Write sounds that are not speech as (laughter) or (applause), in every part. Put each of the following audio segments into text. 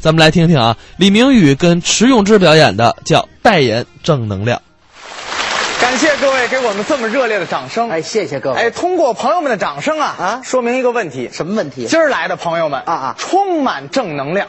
咱们来听听啊，李明宇跟迟永志表演的叫《代言正能量》。感谢各位给我们这么热烈的掌声。哎，谢谢各位。哎，通过朋友们的掌声啊啊说明一个问题：什么问题？今儿来的朋友们啊啊充满正能量。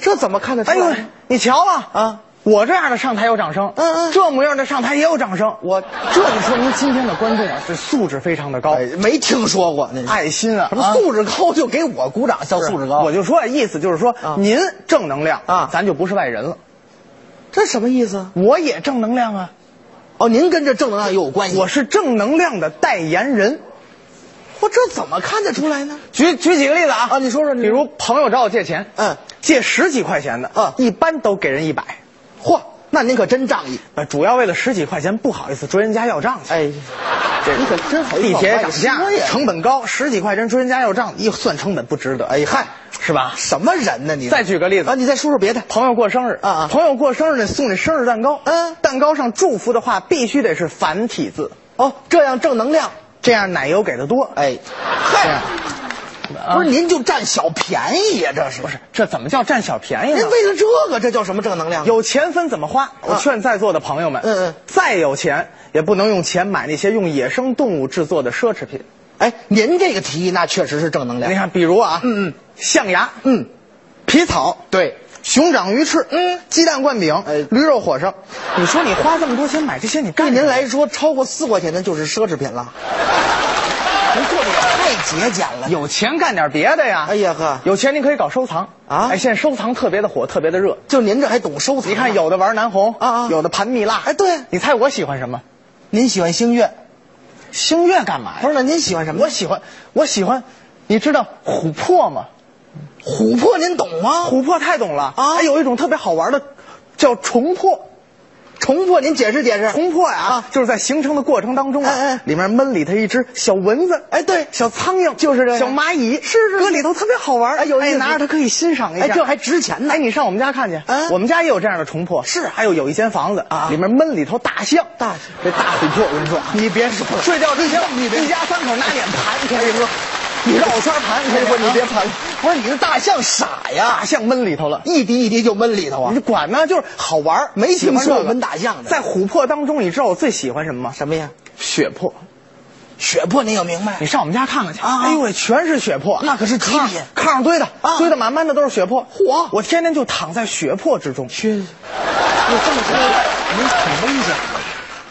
这怎么看得出哎来？呦，你瞧啊啊，我这样的上台有掌声，嗯嗯这模样的上台也有掌声。我这就说明今天的观众啊是素质非常的高，哎没听说过那爱心啊，什么素质高就给我鼓掌叫啊素质高，我就说意思就是说、啊您正能量啊咱就不是外人了。这什么意思？我也正能量啊，哦，您跟这正能量又有关系。我是正能量的代言人。我这怎么看得出来呢？举举几个例子啊啊你说说你比如朋友找我借钱，嗯，借十几块钱的，嗯一般都给人一百，嚯，那您可真仗义。呃，主要为了十几块钱不好意思追人家要账去。哎，这个你可真好意思地铁涨往外说价，呀成本高，十几块钱追人家要账，一算成本不值得。哎嗨，是吧？什么人呢你？再举个例子啊，你再说说别的。朋友过生日啊啊朋友过生日得送那生日蛋糕，嗯蛋糕上祝福的话必须得是繁体字，哦，这样正能量。这样奶油给的多。哎，这样嗨，不是您就占小便宜呀？这是不是？这怎么叫占小便宜呢您？为了这个，这叫什么正能量？有钱分怎么花？我劝在座的朋友们，啊嗯嗯再有钱也不能用钱买那些用野生动物制作的奢侈品。哎，您这个提议那确实是正能量你。看，比如啊，嗯嗯，象牙，嗯，皮草，对，熊掌鱼翅，嗯鸡蛋灌饼，哎驴肉火烧。你说你花这么多钱买这些，你对干什您么来说，超过四块钱的就是奢侈品了。您做的也太节俭了。有钱干点别的呀？哎呀呵，有钱您可以搞收藏啊哎，现在收藏特别的火，特别的热。就您这还懂收藏？你看，，有的玩南红啊啊有的盘蜜蜡。哎，对，你猜我喜欢什么？您喜欢星月，星月干嘛呀？不是？那您喜欢什么？我喜欢，我喜欢，你知道琥珀吗？琥珀，您懂吗？琥珀太懂了啊哎，有一种特别好玩的，叫重珀。重珀，您解释解释。重珀呀、啊就是在形成的过程当中啊，哎哎里面闷里头一只小蚊子，哎对小苍蝇，就是这个小蚂蚁，是是搁里头特别好玩，哎有意思拿着它可以欣赏一下，哎这还值钱呢哎，你上我们家看去，嗯我们家也有这样的重珀，是还有有一间房子啊里面闷里头啊大象，大象这大琥珀，我跟你说啊，你别说了，睡觉之前你别一家三口拿脸盘，哎跟你说呦，你绕圈盘，哎不是你别啊盘了，不是你这大象傻呀大，象闷里头了。一滴一滴就闷里头啊你。管呢，就是好玩儿没听说喜欢这个闷大象的在琥珀当中，你知道我最喜欢什么吗？什么呀？血珀。血珀，您有明白你？上我们家看看去啊哎呦喂，全是血珀，那可是极炕品炕上堆的，啊堆的满满的都是血珀。嚯我天天就躺在血泊之中。血，我这么说，您挺危险的。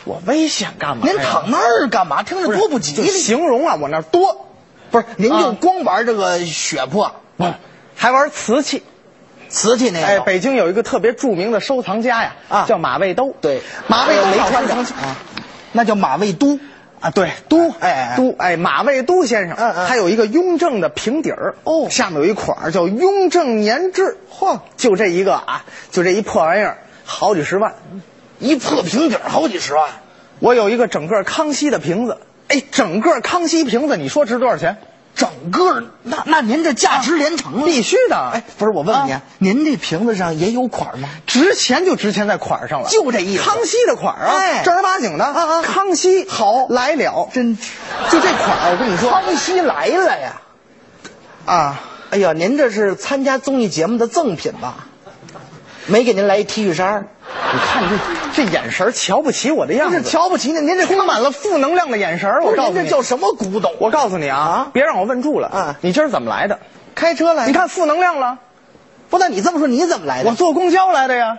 我危险干嘛呀？您躺那儿干嘛？听着多不吉就利。形容啊，我那儿多，不是，您就啊光玩这个血珀、不，还玩瓷器。瓷器那个。哎，北京有一个特别著名的收藏家呀，啊叫马未都。对，马未都没老穿收着藏家啊，那叫马未都。啊，对，都哎哎都哎，马未都先生，嗯嗯他有一个雍正的平底儿，哦下面有一款儿叫雍正年制，嚯，就这一个啊，就这一破玩意儿，好几十万。一破平底儿好几十万，我有一个整个康熙的瓶子，哎，整个康熙瓶子，你说值多少钱？整个儿那那您这价值连城了。啊必须的，哎，不是我问问您啊，您这瓶子上也有款儿吗？值钱就值钱在款儿上了，就这意思康熙的款儿啊，哎正儿八经的啊啊康熙好来了，真就这款儿，我跟你说康熙来了呀！啊，哎呀，您这是参加综艺节目的赠品吧？没给您来一 T 恤衫儿，你看你这这眼神儿瞧不起我的样不子，是瞧不起您，您这充满了负能量的眼神儿，不我是告您诉这你，叫什么古董？我告诉你啊，啊别让我问住了。啊哎你今儿怎么来的？开车来，你看负能量了，不但你这么说，你怎么来的？我坐公交来的呀，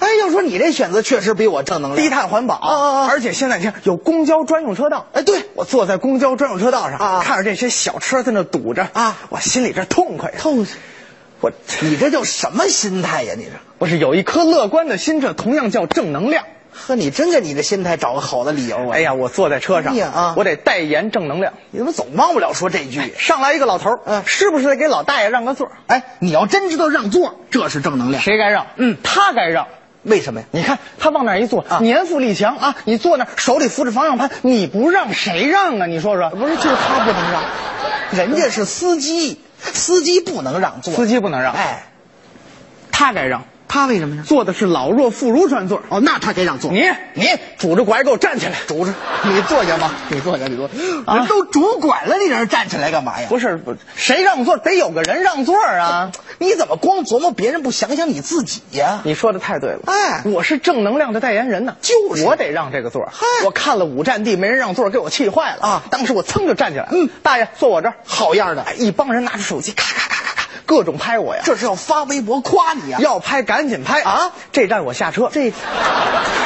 哎，要说你这选择确实比我正能量低。碳环保，啊啊啊而且现在你看有公交专用车道。哎，对，我坐在公交专用车道上，啊啊看着这些小车在那堵着啊我心里这痛快呀。痛死！我你这叫什么心态呀？你这，我是有一颗乐观的心，这同样叫正能量。呵，你真给你这心态找个好的理由啊！哎，呀，我坐在车上哎呀啊我得代言正能量。你怎么总忘不了说这句？上来一个老头儿，嗯是不是得给老大爷让个座儿？哎，你要真知道让座，这是正能量。谁该让？嗯他该让。为什么呀？你看他往那儿一坐，年富力强啊！你坐那儿手里扶着方向盘，你不让谁让啊？你说说，不是，就是他 (laughs) 不能让，人家是司机，司机不能让座。司机不能让，哎，他该让。他为什么呀？坐的是老弱妇孺专座。哦，那他得让座。你你拄着拐给我站起来，主着，你坐下吧，你坐下，你坐。人都主管了，你让人站起来干嘛呀？不是不是，谁让座得有个人让座 (laughs) 啊！你怎么光琢磨别人，不想想你自己呀？你说的太对了，哎我是正能量的代言人呢，就是我得让这个座儿嗨我看了五站地没人让座，给我气坏了啊当时我噌就站起来了，嗯大爷坐我这儿，好样的哎，一帮人拿出手机，咔咔咔咔咔，各种拍我呀，这是要发微博夸你呀？要拍赶紧拍啊！这站我下车，这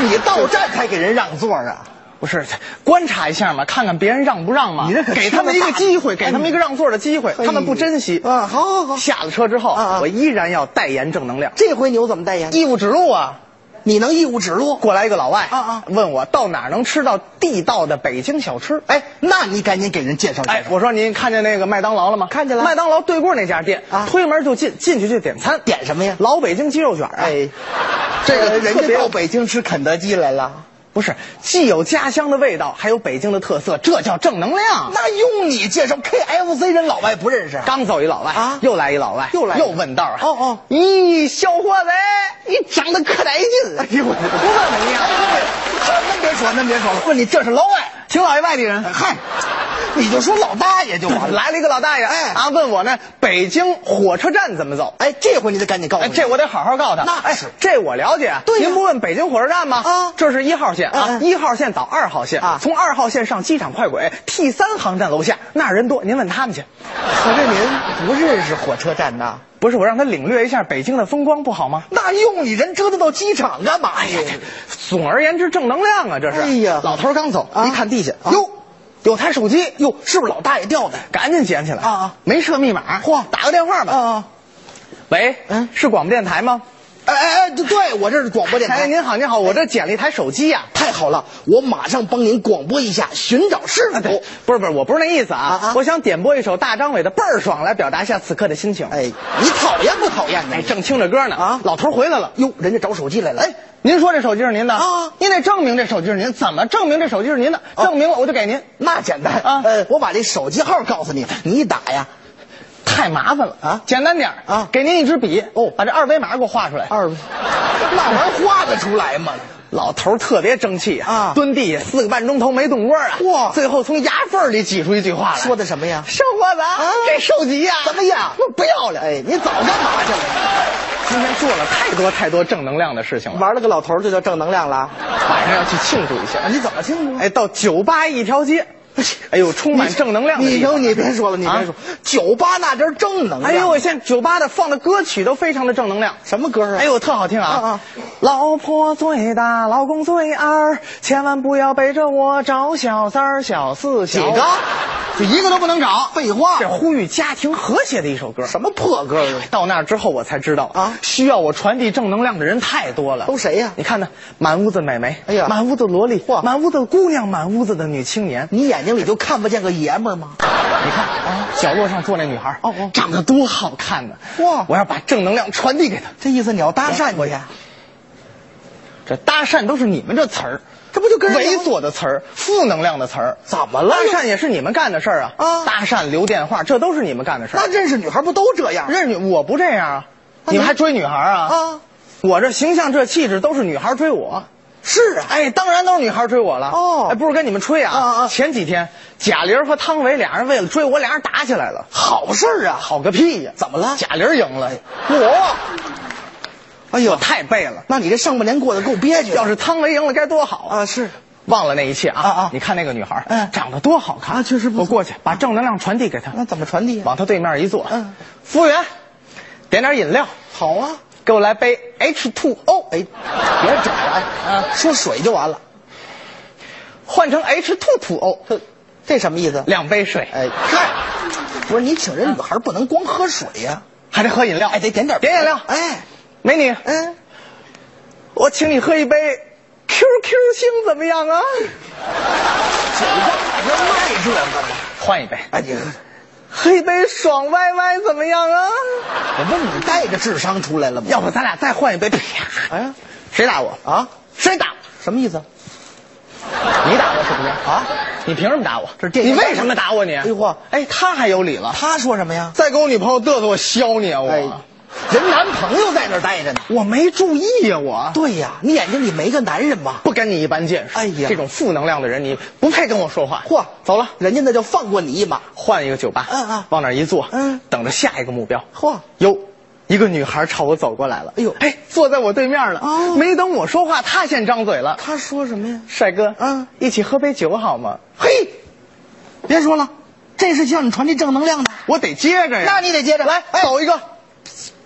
你到站才给人让座啊？不是观察一下嘛，看看别人让不让嘛。你这可给吃他们一了个大机会，米给他们一个让座的机会，哎他们不珍惜啊好好好下了车之后，啊啊我依然要代言正能量，这回你又怎么代言？义务指路啊。你能义务指路？过来一个老外啊啊问我到哪儿能吃到地道的北京小吃？哎，那你赶紧给人介绍介哎，绍。我说您看见那个麦当劳了吗？看见了麦当劳对过那家店啊推门就进，进去就点餐，点什么呀？老北京鸡肉卷啊。哎，这呃个人特别家到北京吃肯德基来了，不是，既有家乡的味道，还有北京的特色，这叫正能量。那用你介绍 KFC 人老外不认识啊？刚走一老外啊又来一老外，又来一个又问道啊！哦哦咦，小伙子，你长得可带劲了！哎呦，我问问你啊，那别说，那别说了。问你这是老外？挺老一外地人，嗨，你就说老大爷就 (laughs) 完了。来了一个老大爷，哎啊，问我呢，北京火车站怎么走？哎，这回你得赶紧告诉哎，我，这我得好好告诉他。那哎是，这我了解。对呀您不问北京火车站吗？啊这是一号线啊嗯，嗯一号线倒二号线啊从二号线上机场快轨 T 三航站楼下，那儿人多，您问他们去。合着您不认识火车站呐？不是我让他领略一下北京的风光不好吗？哎那用你人折腾到机场干嘛呀？总而言之，正能量啊，这是。哎呀老头儿刚走，啊一看地下，啊哟，有台手机，哟，是不是老大爷掉的？赶紧捡起来啊啊！没设密码，嚯，打个电话吧。啊，喂，嗯是广播电台吗？哎哎哎，对对，我这是广播电哎，台。您好，您好，我这捡了一台手机呀。太好了，我马上帮您广播一下寻找师啊，对傅。，不是不是，我不是那意思啊啊啊，我想点播一首大张伟的《倍儿爽》来表达一下此刻的心情。哎，你讨厌不讨厌呢哎，？正听着歌呢啊老头儿回来了。哟，人家找手机来了。哎，您说这手机是您的啊您得证明这手机是您，怎么证明这手机是您的？哦证明了我就给您，那简单啊呃，我把这手机号告诉你，你一打呀，太麻烦了啊简单点儿啊给您一支笔哦把这二维码给我画出来。二，那玩意儿画得出来吗？老头儿特别争气啊蹲地下四个半钟头没动窝儿啊，哇最后从牙缝儿里挤出一句话来，说的什么呀？小伙子，这手机呀、怎么样？不不要脸！哎，你早干嘛去了？今天做了太多太多正能量的事情了，玩了个老头儿，这叫正能量了？啊晚上要去庆祝一下。你怎么庆祝？哎，到酒吧一条街，哎呦，充满正能量的你地方听，你别说了，你别说，酒吧那真正能量。哎呦，我现在酒吧的放的歌曲都非常的正能量。什么歌啊？哎呦，特好听啊！啊啊老婆最大，老公最二，千万不要背着我找小三儿、小四、几小个？就一个都不能找。废话这，呼吁家庭和谐的一首歌。什么破歌啊？到那儿之后，我才知道啊需要我传递正能量的人太多了。都谁呀你看呢，满屋子美眉，哎呀满屋子萝莉，嚯满屋子姑娘，满屋子的女青年。你眼睛里就看不见个爷们儿吗？你看啊，角落上坐那女孩，哦哦长得多好看呢！哇我要把正能量传递给她。这意思你要搭讪去，这搭讪都是你们这词儿，这不就跟人猥琐的词儿，负能量的词儿。怎么了？搭讪也是你们干的事儿啊！啊搭讪留电话，这都是你们干的事儿那。认识女孩不都这样？认识你我不这样啊，那你你们还追女孩啊？啊，我这形象这气质都是女孩追我。是啊，哎，当然都是女孩追我了。哦哎，不是跟你们吹啊。啊啊啊前几天，贾玲和汤唯俩人为了追我，俩人打起来了。好事儿啊。好个屁呀！怎么了贾玲赢了。我，哎呦，太背了。那你这上半年过得够憋屈的。要是汤唯赢了该多好啊！啊，是忘了那一切啊啊啊你看那个女孩，嗯长得多好看啊确实不错我过去把正能量传递给她，那怎么传递啊？往她对面一坐，嗯，服务员，点点饮料，好啊，给我来杯 H2O，哎，别整了，哎，说水就完了，换成 H2O，这这什么意思？两杯水，哎，嗨，不是你请人女孩不能光喝水呀、还得喝饮料，哎，得点点点饮料。哎，美女，嗯，我请你喝一杯 QQ 星怎么样啊？酒吧能卖这个吗？换一杯，哎，你喝喝一杯爽歪歪怎么样啊？我问你带着智商出来了吗？要不咱俩再换一杯？啪！哎呀，谁打我？啊，谁打？什么意思？你打我是不是？啊，你凭什么打我？这是电你影为什么打我你？哎呦嚯哎，他还有理了，他说什么呀？再给我女朋友嘚瑟，我削你啊！我、哎人男朋友在那儿待着呢。我没注意呀、我啊对呀，你眼睛里没个男人吧？不跟你一般见识。哎呀这种负能量的人，你不配跟我说话。嚯，走了，人家那就放过你一马。换一个酒吧。嗯嗯往那儿一坐，嗯等着下一个目标。嚯，哟，一个女孩朝我走过来了。哎呦哎，坐在我对面了。哦没等我说话，她先张嘴了。他说什么呀？帅哥，嗯，一起喝杯酒好吗？嘿，别说了，这是向你传递正能量的。我得接着呀。那你得接着来，哎走一个。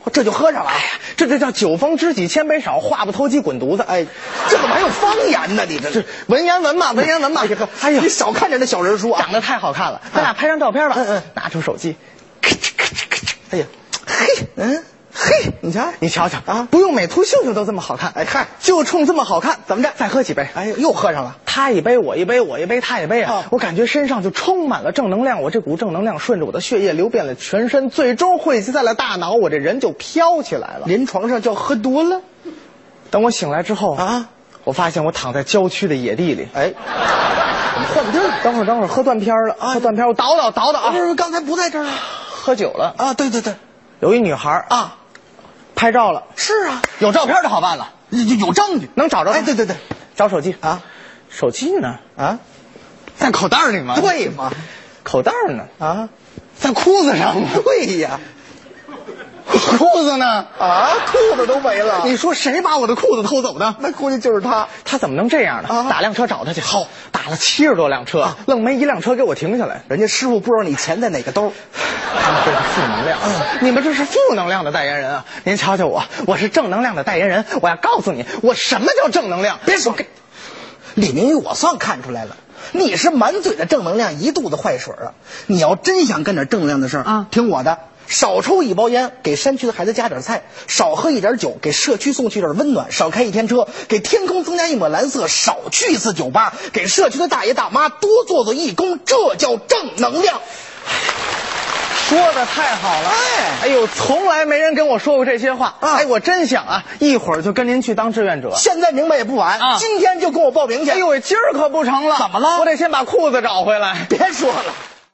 我这就喝上了。哎呀，这就叫酒逢知己千杯少，话不投机滚犊子。哎，这怎么还有方言呢？你这这文言文嘛，文言文嘛。哎呀，你少看点那小人书啊长！得太好看了，咱俩拍张照片吧。嗯嗯拿出手机，哎呀，嘿，嗯，嘿，你瞧你瞧瞧啊啊，不用美图秀秀都这么好看。哎嗨就冲这么好看，怎么着？再喝几杯。哎呦，又喝上了。他一杯，我一杯，我一杯，他一杯啊啊！我感觉身上就充满了正能量，我这股正能量顺着我的血液流遍了全身，最终汇集在了大脑，我这人就飘起来了。临床上叫喝多了等我醒来之后啊，啊？我发现我躺在郊区的野地里。哎，怎么换地儿？等会儿，等会儿，喝断片儿了，啊、喝断片儿，我倒倒倒倒啊不！是，刚才不在这儿啊？喝酒了，啊，对对对，有一女孩儿啊，啊，拍照了，是啊，有照片儿就好办了，有有证据能找着她。哎对对对，找手机啊，手机呢？啊，在口袋里吗？，对嘛口袋儿呢？啊，在裤子上吗？对呀裤子呢？啊，裤子都没了，你说谁把我的裤子偷走的？啊那估计就是他。他怎么能这样呢？啊打辆车找他去。好，打了七十多辆车，愣没一辆车给我停下来。人家师傅不知道你钱在哪个兜，他们这是负能量，啊你们这是负能量的代言人啊！您瞧瞧我，我是正能量的代言人。我要告诉你，我什么叫正能量？别说，李明宇，我算看出来了，你是满嘴的正能量，一肚子坏水啊！你要真想干点正能量的事儿啊听我的，少抽一包烟，给山区的孩子加点菜；少喝一点酒，给社区送去点温暖；少开一天车，给天空增加一抹蓝色；少去一次酒吧，给社区的大爷大妈多做做义工，这叫正能量。说的太好了，哎哎呦，从来没人跟我说过这些话，啊哎，我真想啊，一会儿就跟您去当志愿者。现在明白也不晚，啊哎今天就跟我报名去。哎呦喂，今儿可不成了，怎么了我得先把裤子找回来。别说了，